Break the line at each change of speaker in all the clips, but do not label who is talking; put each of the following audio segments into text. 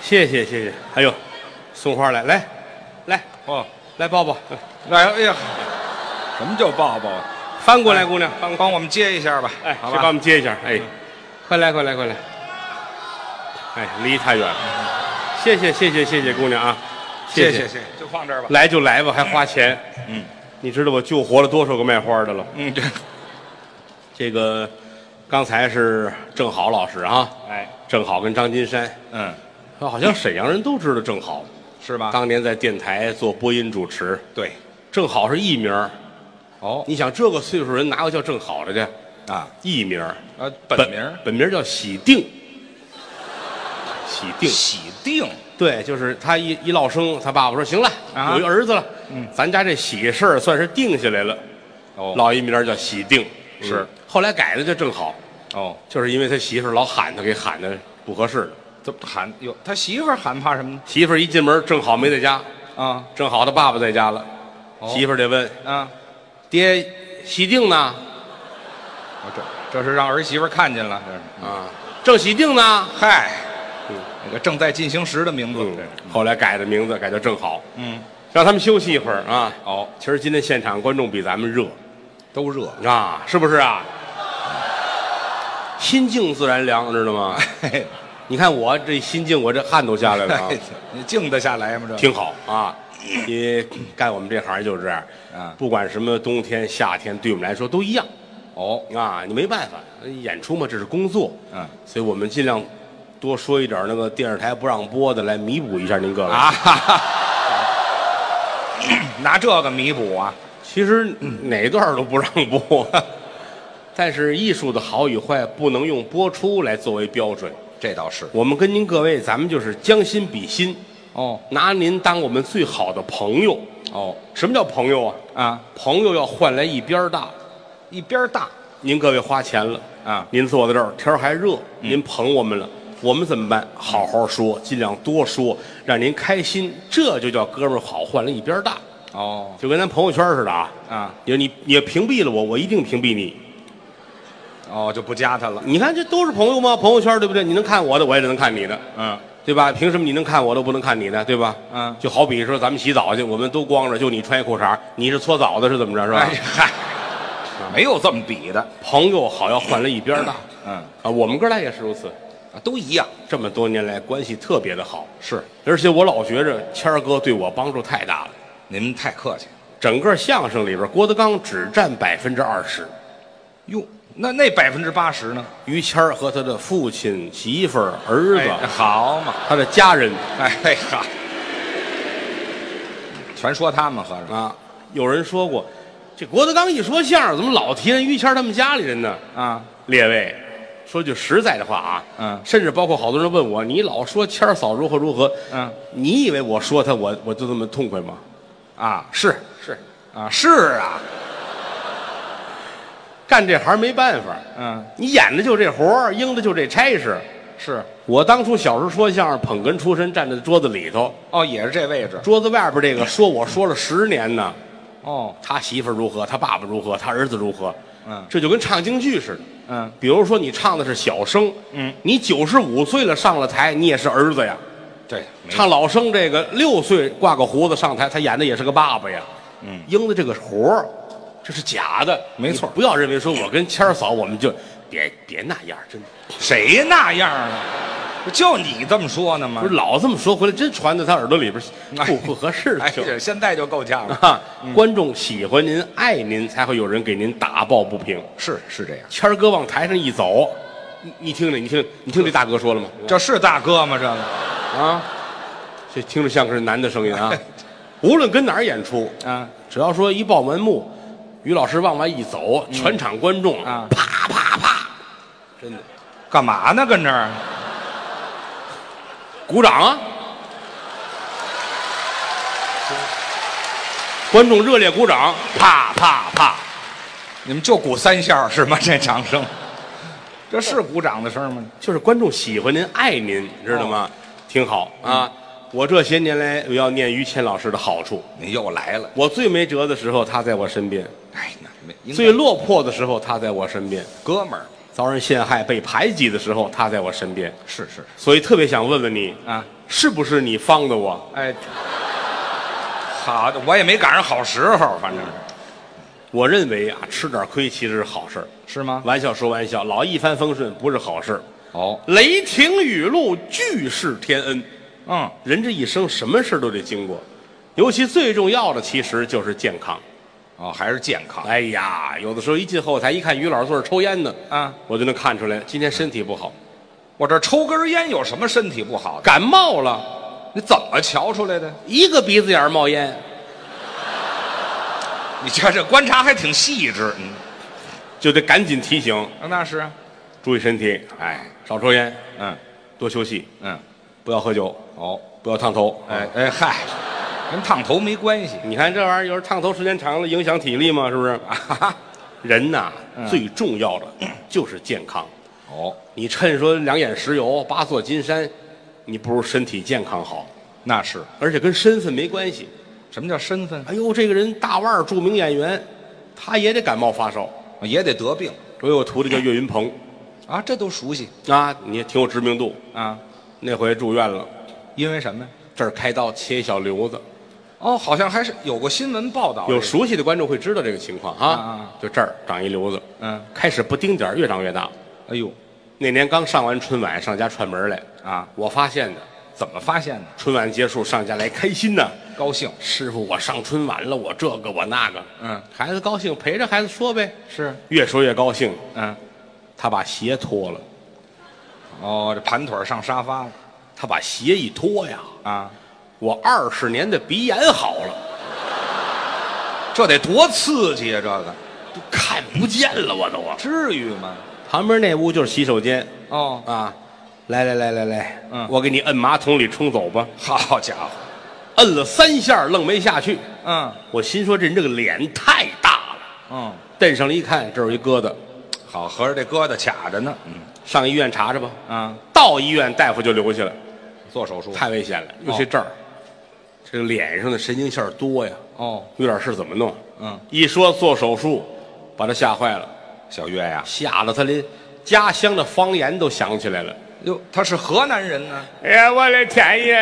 谢谢谢谢。还有，送花来，来，来，
哦，
来抱抱，
哎呀哎呀，什么叫抱抱啊？
翻过来，姑娘，翻过来。
帮我们接一下吧，
哎，
好
谁帮我
吧，
们接一下？哎，快来，快来，快来！哎，离太远了。谢谢，谢谢，谢谢姑娘啊！
谢
谢
谢，谢，就放这儿吧。
来就来吧，还花钱。
嗯，
你知道我救活了多少个卖花的了？
嗯，对，
这个刚才是郑好老师啊，
哎，
郑好跟张金山，
嗯，
啊好像沈阳人都知道郑好，
是吧？
当年在电台做播音主持，
对，
郑好是艺名儿。
哦，
你想这个岁数人哪有叫郑好的去？
啊，
艺名儿
呃，本名
本名叫喜定，喜定。
喜定，
对，就是他一一落生，他爸爸说行了，
啊
有
嗯
一儿子了，咱家这喜事儿算是定下来了。
哦
老一名儿叫喜定，
是
嗯后来改的就正好，
哦，
就是因为他媳妇儿老喊他，给喊的不合适。
怎么喊？哟，他媳妇儿喊怕什么呢？
媳妇儿一进门正好没在家，
啊
正好他爸爸在家了，
哦
媳妇儿得问
啊，
爹喜定呢？
我哦这这是让儿媳妇儿看见了，这是。
啊，郑喜定
哦
呢？
嗨，
嗯
那个正在进行时的名字，
嗯
这是，
后来改的名字改叫正好，
嗯，
让他们休息一会儿啊。
哦，
其实今天现场观众比咱们热，
都热，
啊，是不是啊？心静自然凉，知道吗？
嘿嘿
你看我这心静，我这汗都下来了、啊，
哎 你静得下来吗？这
挺好啊。因为干我们这行就是这样，
啊
不管什么冬天、夏天，对我们来说都一样
哦，
啊。你没办法，演出嘛，这是工作，
嗯
所以我们尽量多说一点那个电视台不让播的，来弥补一下您各位。
啊，哈哈拿这个弥补啊，
其实哪段儿都不让播， 但是艺术的好与坏不能用播出来作为标准。
这倒是
我们跟您各位，咱们就是将心比心，
哦
拿您当我们最好的朋友。
哦
什么叫朋友啊？
啊，
朋友要换来一边儿大。
一边大
您各位花钱了
啊
您坐在这儿天儿还热，您捧我们了，我们怎么办？好好说，尽量多说，让您开心，这就叫哥们儿好换了一边儿大，
哦
就跟咱朋友圈似的啊。
啊
你你你屏蔽了我，我一定屏蔽你。
哦就不加他了，
你看这都是朋友吗？朋友圈对不对？你能看我的，我也能看你的。
嗯
对吧？凭什么你能看我都不能看你呢？对吧？
嗯
就好比说咱们洗澡去，我们都光着，就你穿一裤衩，你是搓澡的，是怎么着？是吧？
哎嗨，没有这么比的，
朋友好要换了一边大
嗯，
啊！我们哥俩也是如此，
啊都一样
这么多年来关系特别的好，
是，
而且我老觉着谦儿哥对我帮助太大了。
您太客气了
整个相声里边，郭德纲只占百分之二十，
哟，那那百分之八十呢？
于谦儿和他的父亲、媳妇儿、儿子、
哎好嘛。
他的家人
哎哎哈，全说他们合着
啊，有人说过，这郭德纲一说相声，怎么老提人于谦儿他们家里人呢？
啊，
列位，说句实在的话啊，
嗯
甚至包括好多人问我，你老说谦儿嫂如何如何，
嗯
你以为我说他我我就这么痛快吗？
啊是
是，
啊是啊，
干这行没办法，
嗯
你演的就这活儿，应的就这差事。
是
我当初小时候说相声，捧哏出身，站在桌子里头，
哦也是这位置
桌子外边这个说我说了十年呢，
哦
他媳妇儿如何，他爸爸如何，他儿子如何，
嗯
这就跟唱京剧似的。
嗯
比如说你唱的是小生，
嗯，
你九十五岁了上了台，你也是儿子呀。
对
唱老生这个六岁挂个胡子上台，他演的也是个爸爸呀。
嗯，
应的这个活儿，这是假的，
没错
你不要认为说我跟谦儿嫂我们就别别那样，真的
谁那样啊？不就你这么说呢吗
不？是老这么说回来，真传到他耳朵里边
哎
不不合适了
哎，
就。
这现在就够呛了，
啊，观众喜欢您、爱您，才会有人给您打抱不平。
是是这样，
谦儿哥往台上一走，你你听着，你听，你听这大哥说了吗？
这是大哥吗？这个
啊，这听着像是男的声音啊。无论跟哪儿演出，
啊
只要说一报完幕，于老师往外一走，全场观众
嗯啊
啪啪啪，真的
干嘛呢？跟这儿
鼓掌啊！观众热烈鼓掌，啪啪啪！
你们就鼓三下是吗？这掌声，这是鼓掌的声吗？
就是观众喜欢您、爱您，知道吗？挺好啊！我这些年来，我要念于谦老师的好处。
你又来了，
我最没辙的时候，他在我身边；
哎，那没应该
最落魄的时候，他在我身边；
哥们儿
遭人陷害、被排挤的时候，他在我身边。
是是
所以特别想问问你，
啊，
是不是你放的我？
哎，好的，我也没赶上好时候，反正
我认为啊，吃点亏其实是好事儿。
是是吗？
玩笑说玩笑，老一帆风顺不是好事儿。
哦，
雷霆雨露俱是天恩，
嗯，
人这一生什么事儿都得经过，尤其最重要的其实就是健康。
哦，还是健康
哎呀，有的时候一进后台一看于老师坐这儿抽烟呢，
啊。
我就能看出来今天身体不好，
我这抽根烟有什么身体不好的？
感冒了，
你怎么瞧出来的？
一个鼻子眼儿冒烟。
你瞧这观察还挺细致，嗯，
就得赶紧提醒，
啊那是啊，
注意身体，
哎，
少抽烟，
嗯
多休息，
嗯，
不要喝酒，
哦，
不要烫头。
哎，哎嗨，跟烫头没关系
你看这玩意儿，有时候烫头时间长了，影响体力嘛，是不 是？
啊哈哈，
人呐，
嗯
最重要的就是健康。
哦，
你趁说两眼石油，八座金山，你不如身体健康好，
那是
而且跟身份没关系。
什么叫身份？
哎呦，这个人大腕儿，著名演员，他也得感冒发烧。
啊也得得病
我有个徒弟叫岳云鹏
啊，这都熟悉
啊，你也挺有知名度。
啊，
那回住院了，
因为什么呀？
这儿开刀切一小瘤子，
哦，好像还是有过新闻报道，
有熟悉的观众会知道这个情况
哎啊啊
啊。就这儿长一瘤子，
嗯，
开始不丁点儿，越长越大。
哎呦
那年刚上完春晚，上家串门来，
啊，
我发现的。
怎么发现的？
春晚结束，上家来开心呐。
高兴
师傅，我上春晚了，我这个我那个，
嗯，
孩子高兴，陪着孩子说呗。
是，
越说越高兴，
嗯，
他把鞋脱了，
哦，这盘腿上沙发了
他把鞋一脱呀，
啊，
我二十年的鼻炎好了，
这得多刺激啊！这个
都看不见了，我都啊。
至于吗？
旁边那屋就是洗手间
哦，
啊，来来来来来，
嗯
我给你摁马桶里冲走吧。
好家伙，
摁了三下，愣没下去。
嗯
我心说这人这个脸太大了，
嗯，
蹬上来一看，这儿有一疙瘩，
好，合着这疙瘩卡着呢，嗯
上医院查查吧。
啊，
到医院大夫就留下了。
做手术
太危险了，尤其这儿，这个脸上的神经线儿多呀，
哦，
有点事怎么弄？
嗯，
一说做手术，把他吓坏了，
小月呀、
吓得他连家乡的方言都想起来了。
哟，他是河南人呢，
哎呀，我的天爷，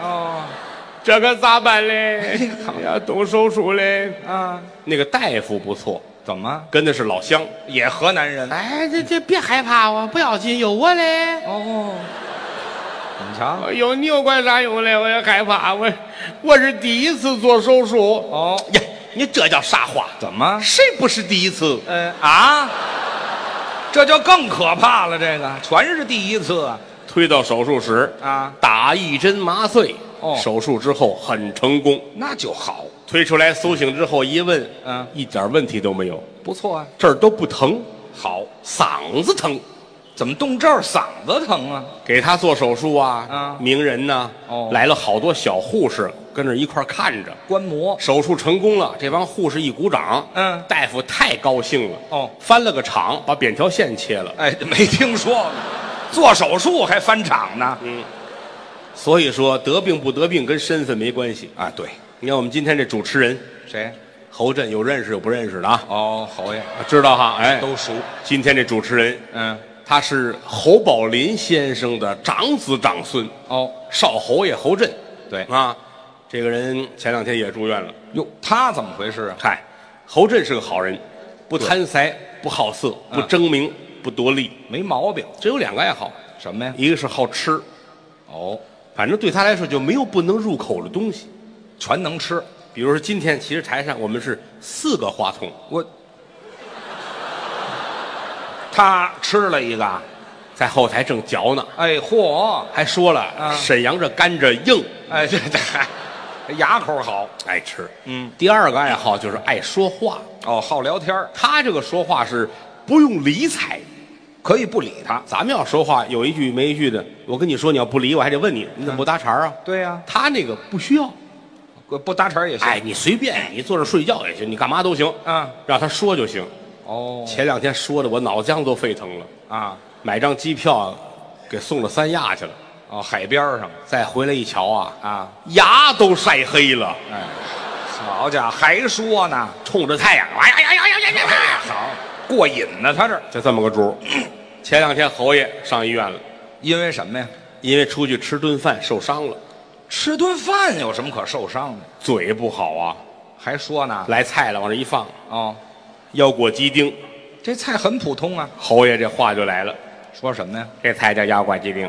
哦
这可咋办嘞
呀好
哎呀，动手术嘞！
啊，
那个大夫不错，
怎么
跟的是老乡。
也河南人？
哎，这这别害怕我，不要紧，有我嘞。
哦，你瞧，
有哎你有管啥用嘞？我也害怕，我我是第一次做手术。
哦，
呀，你这叫啥话？
怎么？
谁不是第一次？
呃啊，这就更可怕了，这个全是第一次啊
推到手术室，
啊，
打一针麻醉。
哦
手术之后很成功，
那就好，
推出来苏醒之后一问，
嗯
一点问题都没有，
不错啊，
这儿都不疼，
好，
嗓子疼。
怎么动这儿嗓子疼啊？
给他做手术啊，
啊
名人呐、
哦
来了好多小护士跟着一块儿看着。
观摩，
手术成功了，这帮护士一鼓掌，
嗯
大夫太高兴了，
哦
翻了个场，把扁条线切了。
哎，没听说过，做手术还翻场呢？
嗯所以说得病不得病跟身份没关系。
啊，对，
你看我们今天这主持人
谁？
侯震，有认识有不认识的啊，
哦，侯爷
知道哈？哎，
都熟，
今天这主持人，
嗯，
他是侯宝林先生的长子长孙，
哦，
少侯爷侯震
对，
啊。这个人前两天也住院了。
哟，他怎么回事啊？
嗨，侯震是个好人，不贪财，不好色，不争名，不夺利，
没毛病，
只有两个爱好，
什么呀？
一个是好吃，
哦，
反正对他来说就没有不能入口的东西。
全能吃，
比如说今天，其实台上我们是四个话筒，
我，他吃了一个，
在后台正嚼呢，
哎，嚯！
还说了、
啊
沈阳这甘蔗硬，
哎， 这这还牙口好
爱吃。
嗯，
第二个爱好就是爱说话，
哦，好聊天儿
他这个说话是不用理睬。
可以不理他。
咱们要说话有一句没一句的，我跟你说，你要不理我还得问你，你怎么不搭茬啊？
对呀、
他那个不需要，
不搭茬儿也行。
哎，你随便，你坐这睡觉也行，你干嘛都行，
啊，
让他说就行。
哦，
前两天说的我脑浆都沸腾了，
啊，
买张机票给送到三亚去了，
哦，海边儿上
再回来一瞧啊，
啊，
牙都晒黑了，
哎，好家伙，还说呢，
冲着太阳，哎呀呀呀呀呀呀呀！
好过瘾呢，他这儿
就这么个主儿。前两天侯爷上医院了，
因为什么呀？
因为出去吃顿饭受伤了，
吃顿饭有什么可受伤的？
嘴不好啊，
还说呢？
来菜了往这一放，
哦，
腰果鸡丁，
这菜很普通啊。
侯爷这话就来了，
说什么呀？
这菜叫腰果鸡丁，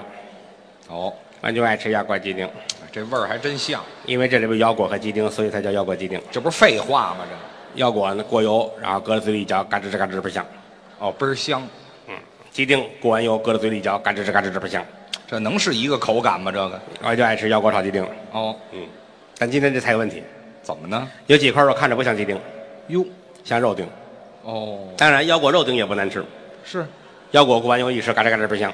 哦，
俺就爱吃腰果鸡丁，
这味儿还真像。
因为这里边有腰果和鸡丁，所以才叫腰果鸡丁。
这不是废话吗？这
腰果呢过油，然后搁在嘴里一嚼，嘎吱吱嘎吱吱不香；
哦，倍儿香。
鸡丁过完油，搁在嘴里一嚼，嘎吱吱嘎吱吱不香。
这能是一个口感吗？这个
我就爱吃腰果炒鸡丁，
哦，
但今天这菜有问题，
怎么呢？
有几块肉看着不像鸡丁，
哟，
像肉丁。
哦，
当然，腰果肉丁也不难吃，
是，
腰果过完油一吃，嘎吱嘎吱倍儿香；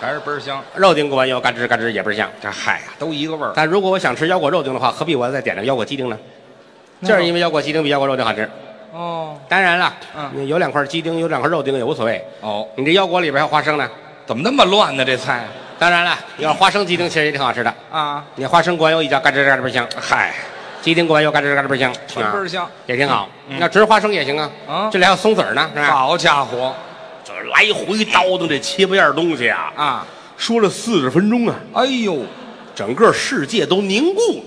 还是倍儿香。
肉丁过完油，嘎吱嘎吱也倍儿香。
这嗨呀，都一个味儿。
但如果我想吃腰果肉丁的话，何必我再点着腰果鸡丁呢？就是因为腰果鸡丁比腰果肉丁好吃。
哦
当然了，
嗯
有两块鸡丁，有两块肉丁也无所谓。
哦，
你这腰果里边还有花生呢。
怎么那么乱呢？这菜
当然了，要是花生鸡丁其实也挺好吃的。
啊，
你花生过完油一嚼，嘎吱嘎吱倍儿香；
嗨，
鸡丁过完油，嘎吱嘎吱倍儿香，
倍
啊
儿香。嗯
也挺好。那只是花生也行啊，
啊
这里还有松子儿呢，是吧？
好家伙
就是来回叨叨这七八样东西啊，
啊！
说了四十分钟啊，
哎呦，
整个世界都凝固了。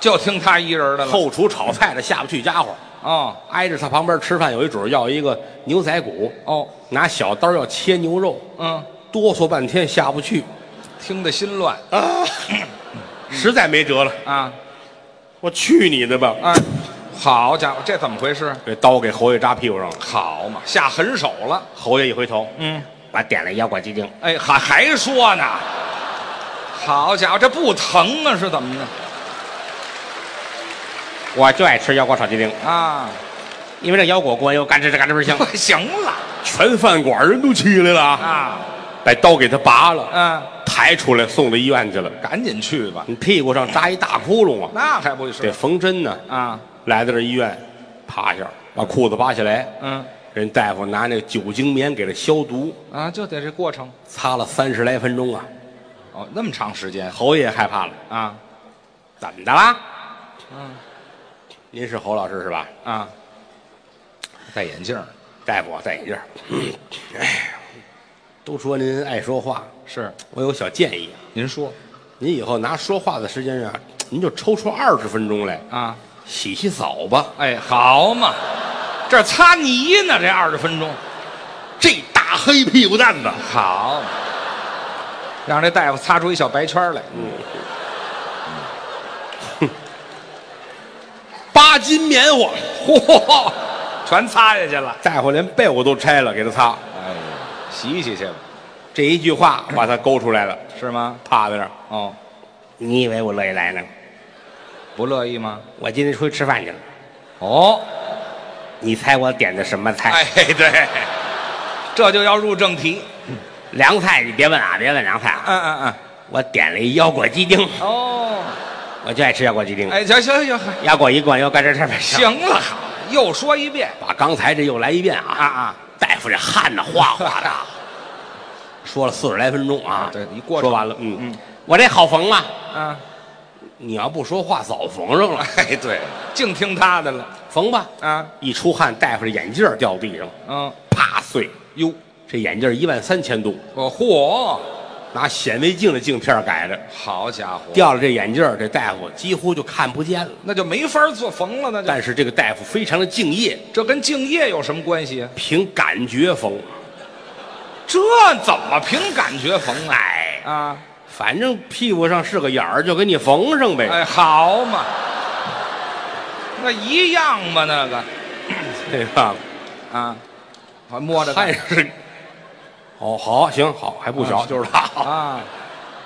就听他一人的了。
后厨炒菜的下不去家伙，
哦
挨着他旁边吃饭有一主要一个牛仔骨，
哦，
拿小刀要切牛肉，
嗯，
哆嗦半天下不去
听得心乱
啊， 实在没辙了，
啊
我去你的吧！
啊！好家伙，这怎么回事？
这刀给侯爷扎屁股上了，
好嘛，下狠手了。
侯爷一回头，
嗯，
我点了腰果鸡丁，
哎，还还说呢？好家伙，这不疼啊？是怎么的
我就爱吃腰果炒鸡丁，
啊？
因为这腰果过完油，嘎吱吱嘎吱倍儿香。
行了
全饭馆人都起来了啊，
啊，
把刀给他拔了，
嗯，
抬出来送到医院去了。
赶紧去吧，
你屁股上扎一大窟窿啊，
那还不
得
是
缝针呢。
啊？
来到这医院，趴下把裤子扒下来，
嗯
人大夫拿那个酒精棉给他消毒，
啊，就得这过程
擦了三十来分钟啊。
哦，那么长时间
侯爷害怕了，
啊
怎么的啦？
嗯
您是侯老师是吧？
啊，戴眼镜儿
大夫，我戴眼镜儿。哎，都说您爱说话，
是？
我有小建议，
您说
您以后拿说话的时间啊，您就抽出二十分钟来
啊？
洗洗澡吧。
哎，好嘛，这儿擦泥呢，这二十分钟
这大黑屁股蛋子，
好嘛， 让这大夫擦出一小白圈儿来。
八斤棉花，
嚯， 全擦下去了。
大夫连被窝都拆了给他擦。
哎呀，洗洗去吧，
这一句话把他勾出来了，
是吗？
趴在那儿。
哦，
你以为我乐意来呢？
不乐意吗？
我今天出去吃饭去了。
哦，
你猜我点的什么菜？
哎， 对，这就要入正题。
凉菜，你别问啊，别问凉菜啊。
嗯嗯嗯。
我点了一腰果鸡丁，
哦，
我就爱吃腰果鸡丁。
哎，行行行，
腰果一灌腰，干这事儿行。
行了，又说一遍
把刚才这又来一遍啊
啊！啊！
大夫这汗呐，哗哗的，说了四十来分钟啊。
对一过程
说完了，嗯嗯，我这好缝吗？
啊，
你要不说话，早缝上了。
哎，对，净听他的了
缝吧，
啊。
一出汗，大夫这眼镜儿掉地上了，
嗯，
啪碎。
哟，
这眼镜一万三千度，
哦嚯，
拿显微镜的镜片儿改的。
好家伙，
掉了这眼镜儿，这大夫几乎就看不见了。
那就没法做缝了，那就
但是这个大夫非常的敬业，
这跟敬业有什么关系啊？
凭感觉缝。
这怎么凭感觉缝啊？
哎，
啊，
反正屁股上是个眼儿，就给你缝上呗。
哎，好嘛，那一样嘛，那个
对吧？
啊，还摸着
还
看
是哦，好，行，好，还不小，
啊
就是他。
啊，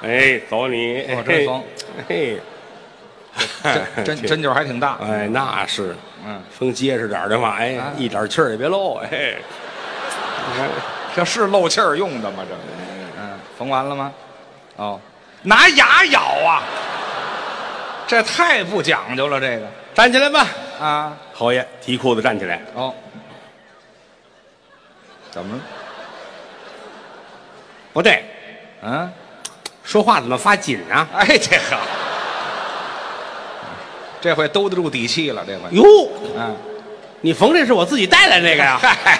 哎，走你，
我真缝，
嘿，
真 真
挺
针灸还挺大，
哎，那是
嗯，
缝结实点儿的嘛，哎
啊，
一点气儿也别漏，哎。你看
这是漏气儿用的吗？这个，嗯，缝完了吗？哦，拿牙咬啊，这太不讲究了，这个
站起来吧，
啊，
侯爷提裤子站起来，
哦，怎么了？
不对，
嗯，
说话怎么发紧啊？
哎，这个，这回兜得住底气了，这回，
哟，
嗯。
你缝这是我自己带来这个呀？
嗨，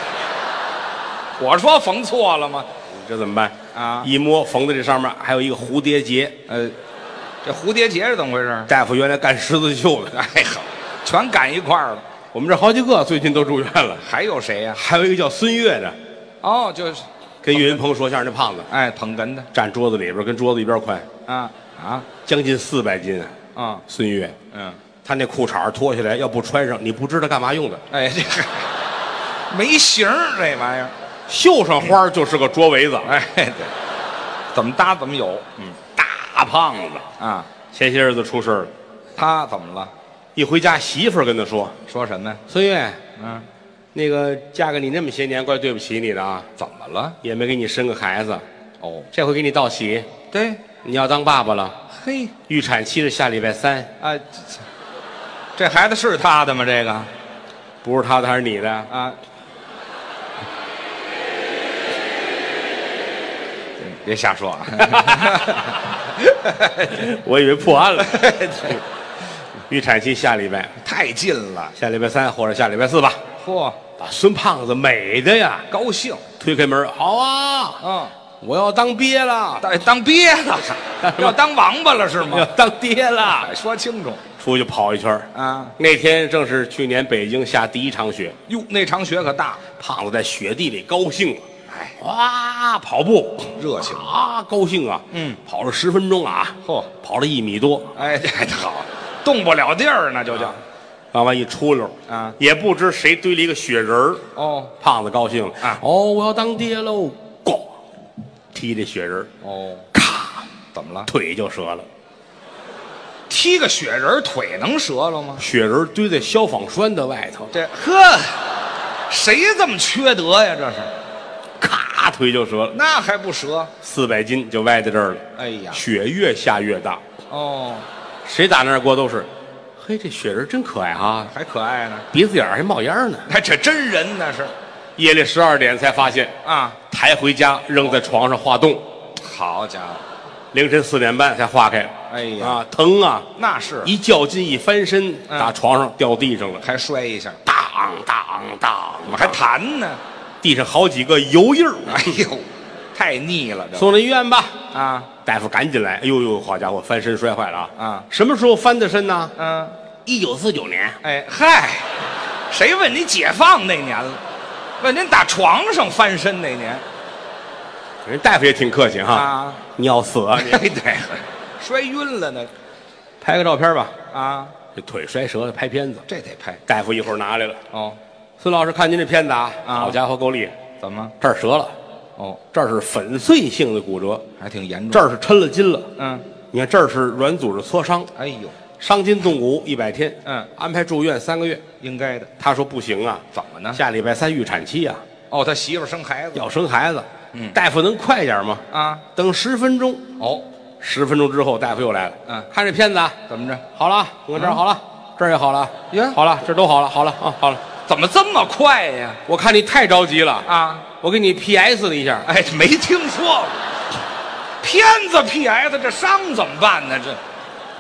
我说缝错了吗？
这怎么办
啊
一摸缝在这上面还有一个蝴蝶结，
呃，这蝴蝶结是怎么回事？
大夫原来干十字绣的，
哎好，全赶一块儿了。
我们这好几个最近都住院了，
还有谁呀、
还有一个叫孙越的，
哦，就是
跟岳云鹏说相声那胖子，
哎捧哏的
站桌子里边跟桌子一边宽，
啊啊
将近四百斤啊，
啊
孙越。
嗯，
他那裤衩脱下来，要不穿上，你不知道干嘛用的。
哎这个没形儿这玩意儿，
绣上花儿就是个桌围子，
哎对，怎么搭怎么有
大胖子。
啊。
前些日子出事儿了，
他怎么了？
一回家媳妇儿跟他说
说什么呀？：“
孙越，
嗯，
那个嫁给你那么些年，怪对不起你的啊，
怎么了？
也没给你生个孩子，
哦，
这回给你道喜，
对，
你要当爸爸了。
嘿
预产期是下礼拜三，
啊，这这孩子是他的吗？这个
不是他的还是你的？
啊，别瞎说 啊！
我以为破案了。预产期下礼拜，
太近了，
下礼拜三或者下礼拜四吧。
嚯，
把孙胖子美的呀，
高兴
推开门，好啊，
啊！
我要当爹了，
当当鳖了， 要当王八了是
要
吗？哎
当爹了。
说清楚
出去跑一圈儿
啊！
那天正是去年北京下第一场雪，
哟，那场雪可大，
胖子在雪地里高兴啊，
哎，
哇，跑步
热情
啊，高兴啊，
嗯，
跑了十分钟啊，
嚯
跑了一米多，
哎，这 好，啊动不了地儿呢，就叫
往外一出溜
啊
也不知谁堆了一个雪人儿，
哦
胖子高兴了
啊
哦，我要当爹喽，咣，踢这雪人儿，
哦，
咔，
怎么了？
腿就折了。
踢个雪人儿腿能折了吗？
雪人儿堆在消防栓的外头，
这呵，谁这么缺德呀？这是，
咔，腿就折了，
那还不折？
四百斤就歪在这儿了。
哎呀，
雪越下越大，
哦，
谁打那儿过都是，嘿，这雪人真可爱啊，
还可爱呢，
鼻子眼儿还冒烟呢。
哎，这真人那是
夜里十二点才发现，
啊，
抬回家扔在床上化冻，
好家伙，
凌晨四点半才化开。
哎呀
啊，疼啊！
那是
一较劲一翻身，
嗯
打床上掉地上了，
还摔一下，
当当当，
怎么还弹呢？
地上好几个油印儿。
哎呦，太腻了这
送到医院吧，
啊，
大夫赶紧来。哎呦呦，好家伙，翻身摔坏了啊！
啊
什么时候翻的身呢？
嗯、
一九四九年，
哎嗨，谁问你解放那年了？问您打床上翻身那年
人大夫也挺客气哈。
啊？
你要死啊！你
哎对，摔晕了呢
拍个照片吧。
啊，
这腿摔折了，拍片子。
这得拍
大夫一会儿拿来了，
哦。
孙老师看您这片子啊，
啊
好家伙，够厉害！
怎么？
这儿折了，
哦，
这儿是粉碎性的骨折，
还挺严重。
这儿是抻了筋了。
嗯，
你看这儿是软组织挫伤，
哎呦，
伤筋动骨一百天，
嗯，
安排住院三个月。
应该的。
他说不行啊，
怎么呢？
下礼拜三预产期啊，
哦，他媳妇儿生孩子
要生孩子。大夫能快点吗？
啊？
等十分钟，
嗯哦，
十分钟之后大夫又来了，
嗯
看这片子啊，
怎么着？
好了啊，我这儿好了，这儿也好了，
呀
好了，这儿都好了，好了啊，好了。
怎么这么快呀？
我看你太着急了，
啊，
我给你 PS 了一下，
哎，没听说过。片子 PS 这伤怎么办呢？这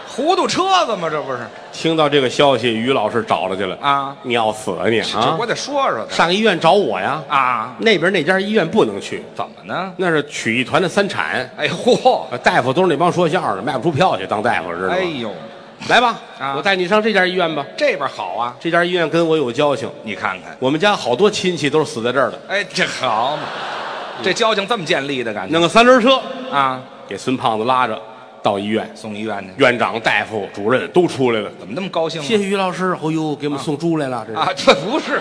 糊涂车子吗？这不是
听到这个消息，于老师找他去了。
啊？
你要死啊你
这
啊
我！得说说他
上医院找我呀！
啊？
那边那家医院不能去，
怎么呢？
那是曲艺团的三产，
哎嚯！
呃大夫都是那帮说相声的，卖不出票去当大夫，知道吗？
哎呦，
来吧，
啊
我带你上这家医院吧。
这边好啊！
这家医院跟我有交情，
你看看，
我们家好多亲戚都是死在这儿的。
哎，这好嘛，这交情这么建立的感觉
弄个三轮车
啊！
给孙胖子拉着到医院，
送医院去，
院长、大夫、主任都出来了。
怎么那么高兴呢？
谢谢于老师，哦呦，给我们送猪来了，这是
啊， 这不是，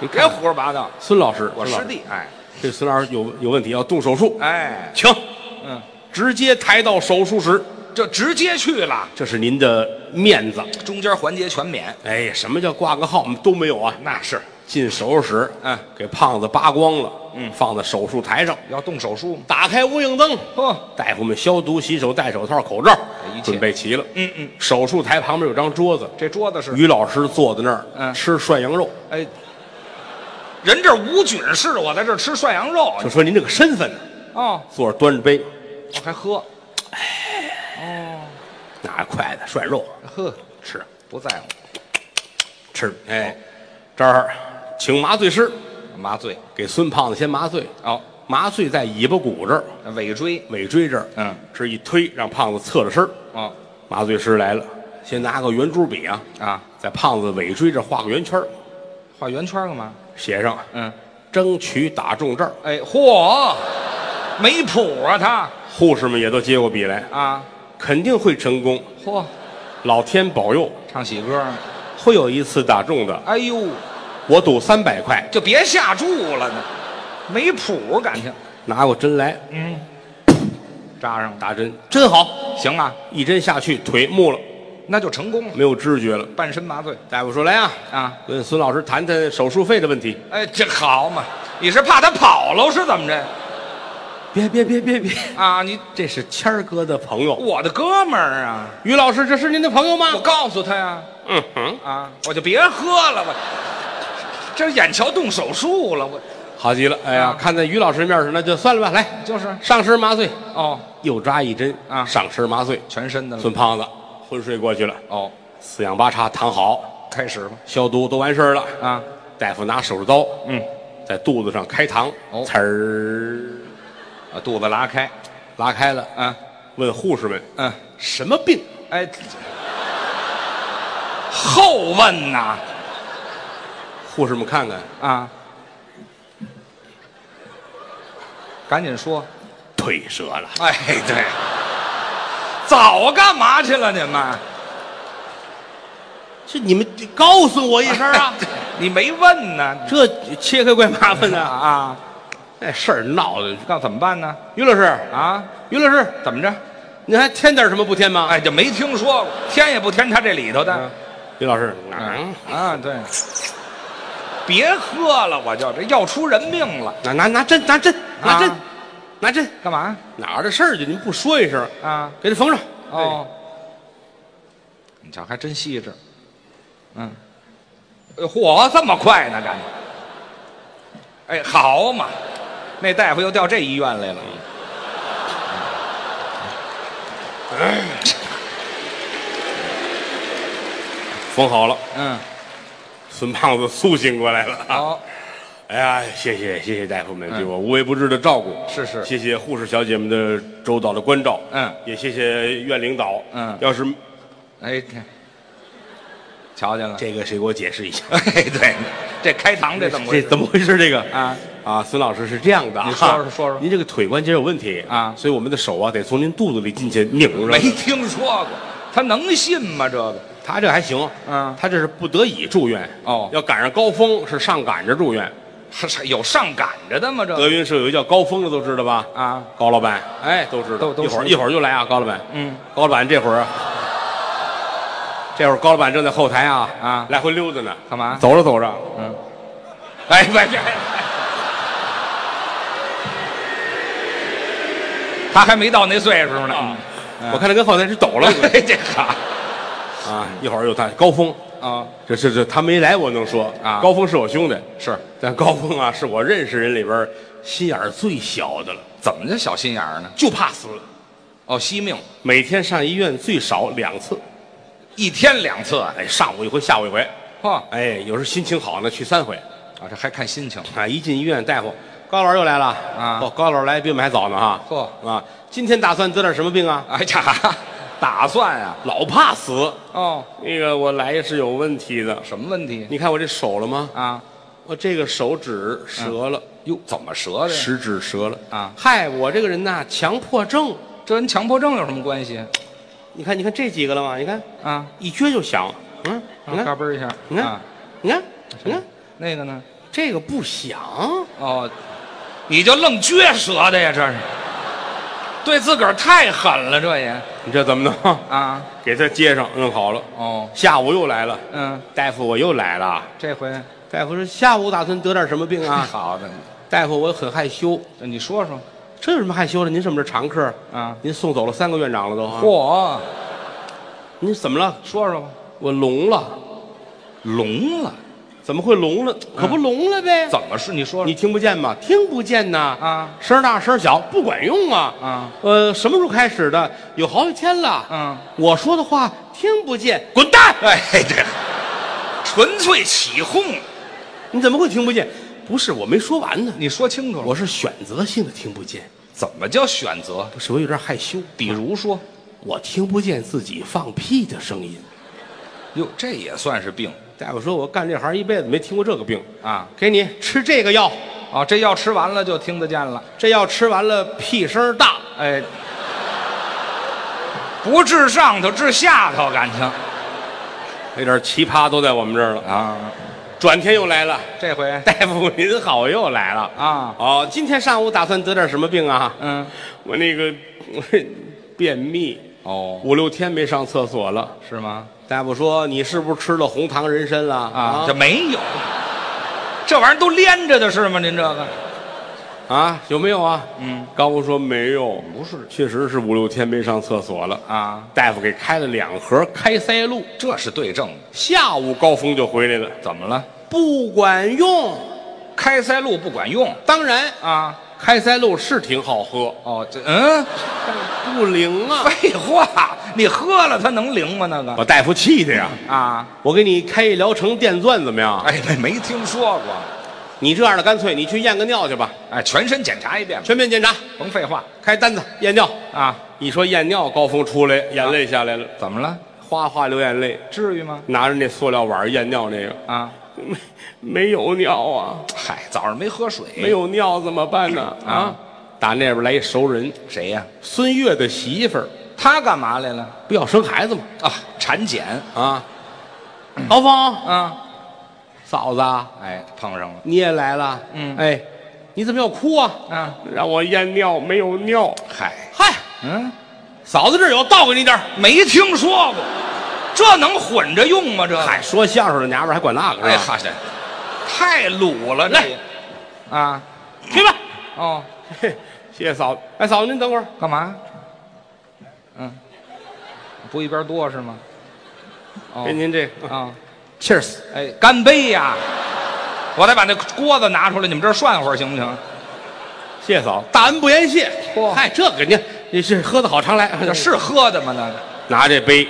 你
别
看
胡说八道，
孙老师，
我
孙老
师
师
弟，哎
这孙老师有有问题，要动手术，
哎，
请
嗯，
直接抬到手术室，
这直接去了，
这是您的面子。
中间环节全免，
哎，什么叫挂个号？我们都没有啊。
那是
进手术室，
嗯，
给胖子扒光了，嗯，放在手术台上，
要动手术吗？
打开无影灯，
呵，
大夫们消毒、洗手、戴手套、口罩
一，切
准备齐了。
嗯嗯，
手术台旁边有张桌子，
这桌子是，
于老师坐在那儿，
嗯
吃涮羊肉。
哎，人这无菌室，我在这吃涮羊肉，
就说您这个身份呢，
哦，
坐着端着杯，
我还喝，
拿着筷子涮肉
呵，
吃
不在乎，
吃。哎，这儿请麻醉师
麻醉，
给孙胖子先麻醉，
哦，
麻醉在尾巴骨这儿、
尾椎，
尾椎这儿，
嗯，
是一推让胖子侧着身儿
哦
麻醉师来了，先拿个圆珠笔啊，
啊，
在胖子尾椎这儿画个圆圈儿
画圆圈干嘛？
写上
嗯，
“争取打中这儿
哎，嚯，没谱啊他”。
护士们也都接过笔来，
啊，
肯定会成功，
嚯，
老天保佑，
唱喜歌呢，
会有一次打中的。
哎呦，
我赌三百块，
就别下注了呢，没谱感情，
拿过针来
扎上了，
打针，真好，
行啊，
一针下去腿木了，
那就成功了，
没有知觉了。
半身麻醉
大夫说：“来啊，
啊，
跟孙老师谈谈手术费的问题。
哎，这好嘛，你是怕他跑了是怎么着
别”别别别别
啊？你
这是谦儿哥的朋友，
我的哥们儿啊，
于老师，这是您的朋友吗？
我告诉他呀，
嗯哼，
啊，我就别喝了，我这眼瞧动手术了，我
好极了。哎呀，
啊
看在于老师面上，那就算了吧。来，
就是
上身麻醉，
哦，
又扎一针
啊
上身麻醉。
全身的了
孙胖子昏睡过去了，
哦，
四仰八叉躺好，
开始吧
消毒都完事儿了。
啊，
大夫拿手术刀
嗯，
在肚子上开膛，
哦
呲儿
啊，肚子拉开，
拉开了。
啊，
问护士们
嗯。
什么病？
哎，这后问呐
护士们看看
啊，赶紧说。
腿折了，
哎，对，早干嘛去了你们？
这你们告诉我一声 啊！
你没问呢
这切开怪麻烦的
啊
啊！
啊！
那事儿闹的，
那怎么办呢？
于老师，
啊，
于老师，
怎么着？
您还添点什么不添吗？嗯
哎，就没听说过，添也不添他这里头的。
于老师，
嗯啊，对，别喝了，我就这要出人命了。
拿拿拿针，拿针，拿针
啊，
拿针，
干嘛
哪儿的事儿去？您不说一声，
啊？
给他缝上。
哦，你瞧还真细致，嗯，哎嚯，这么快呢，赶紧，哎，好嘛，那大夫又调这医院来了，
哎，缝好了。
嗯，
孙胖子苏醒过来了啊！嗯
好，
哎呀，谢谢谢谢大夫们对我无微不至的照顾，
是是
谢谢护士小姐们的周到的关照，
嗯，
也谢谢院领导，
嗯
要是
哎，看瞧见了，
这个谁给我解释一下，
哎，对，这开膛这怎么
这
回事
怎么回事？这个
啊？
啊，孙老师是这样的啊，
你说说说说
您这个腿关节有问题
啊
所以我们的手啊得从您肚子里进去拧着，
没听说过，他能信吗？这个
他这还行，
嗯
他这是不得已住院
哦
要赶上高峰是上赶着住院，
还是有上赶着的吗？这
德
个
云社有一叫高峰的都知道吧？
呃啊，
高老板，哎，都知道，
都都
一会儿
熟
一会儿就来啊，高老板，
嗯，
高老板这会儿，啊这会儿高老板正在后台啊
啊
来回溜达呢，
干嘛？
走着走着，
嗯，
哎，别别，
他还没到那岁数呢。
啊
嗯
我看他跟后台是抖 了
哎这好
啊，一会儿又他高峰，
啊，
这这这他没来我能说
啊
高峰是我兄弟，
是
但高峰啊是我认识人里边儿心眼儿最小的了，
怎么叫小心眼儿呢？
就怕死，
哦，惜命，
每天上医院最少两次，
一天两次啊！
哎，上午一回，下午一回，
嚯、
哎，有时候心情好呢去三回。
啊，这还看心情。
啊，一进医院，大夫高老师又来了
啊
哦，高老师来比我们还早呢哈。
嚯
啊，今天打算得点什么病啊？
哎 呀，打算啊，
老怕死，
哦，
那个我来是有问题的。
什么问题
你看我这手了吗？
啊？
我这个手指折了，
哟，怎么折的？
食指折了
啊
嗨，我这个人呐，强迫症。
这跟强迫症有什么关系
你看，你看这几个了吗？你看，
啊？
一撅就响。嗯，你
嘎
看，
嘣一下，
你看
啊，，
你看，你看，
那个呢？
这个不响。
哦，你就愣撅折的呀？这是对自个儿太狠了，这也
你这怎么 弄？
啊？
给他接上，弄好了。
哦，
下午又来了，
嗯，
大夫，我又来了。
这回
大夫说下午打算得点什么病 啊？
嗯好的，
大夫，我很害羞。
你说说
这有什么害羞的？您是我们这常客，
啊？
您送走了三个院长了都
嗯
啊。
嚯，
您怎么了？
说说吧。
我聋了？
聋了？
怎么会聋了？可不聋了呗。
怎么是？你说
你听不见吗？听不见呐。
啊，
声大声小不管用啊。
啊，
呃，什么时候开始的？有好几天了。
嗯，
我说的话听不见，滚蛋！
哎，这纯粹起哄
你怎么会听不见？不是，我没说完呢。
你说清楚了，
我是选择性的听不见，
怎么叫选择？
不是我有点害羞。
比如说，
我听不见自己放屁的声音。
哟，这也算是病
大夫说，我干这行一辈子没听过这个病，
啊
给你吃这个药，
啊！这药吃完了就听得见了，
这药吃完了屁声儿大。
哎，不治上头治下头，感情
有点奇葩都在我们这儿了。
啊，
转天又来了，
这回
大夫您好，又来了
啊
哦，今天上午打算得点什么病啊？
嗯，
我那个我这便秘，
哦，
五六天没上厕所了。
是吗？
大夫说你是不是吃了红糖人参了
啊，这没有，这玩意儿都连着的是吗？您这个
啊，有没有啊？
嗯，
高木说没有，
不是
确实是五六天没上厕所了。
啊，
大夫给开了两盒开塞露，
这是对症的。
下午高峰就回来了，
怎么了？
不管用。
开塞露不管用
当然，
啊？
开塞露是挺好喝，
哦，这嗯，
但不灵啊！
废话，你喝了它能灵吗？那个
把大夫气的呀！
啊，
我给你开一疗程电钻怎么样？
哎，没没听说过。
你这样的干脆你去验个尿去吧，
哎，全身检查一遍吧，
全面检查，
甭废话
开单子验尿。
啊！
一说验尿，高峰出来，眼泪下来了，
怎么了？
哗哗流眼泪，
至于吗？
拿着那塑料碗验尿那个，
啊，
没没有尿啊，
嗨，早上没喝水，
没有尿怎么办呢？哎啊
啊，
打那边来一熟人，
谁呀、
孙越的媳妇儿，
他干嘛来了？
不要生孩子吗？
啊，产检
啊，高峰
啊！
嫂子，
哎，碰上了
你也来了，
嗯
哎，你怎么要哭啊？
啊！
让我验尿，没有尿。
嗨，
嗨，
嗯，
嫂子这儿有，倒给你点儿。
没听说过，这能混着用吗？这个
嗨，说相声的娘们儿还管那个是
哎
吧？
哈这太鲁了，这也啊
去吧。
哦，
嘿 谢谢嫂子。哎，嫂子您等会儿，
干嘛？嗯，不一边多是吗？哦
给您这个
啊，
cheers。
哎，干杯呀！我得把那锅子拿出来，你们这儿涮会儿行不行？
谢谢嫂子，大恩不言谢
嚯。嗯
嗨，这个您你是喝的好常来，
这是喝的吗？那个
拿这杯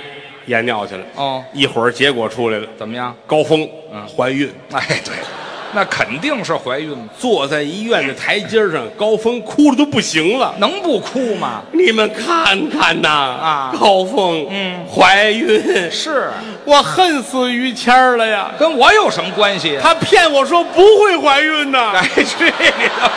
验尿去了。
哦，
一会儿结果出来了，
怎么样？
高峰
嗯
怀孕，
哎，对，那肯定是怀孕嘛，
坐在医院的台阶上，高峰哭的都不行了。
能不哭吗？
你们看看呐，
啊
高峰，
嗯
怀孕，
是，
我恨死于谦儿了呀！
跟我有什么关系？
他骗我说不会怀孕呢。
哎，去你的吧！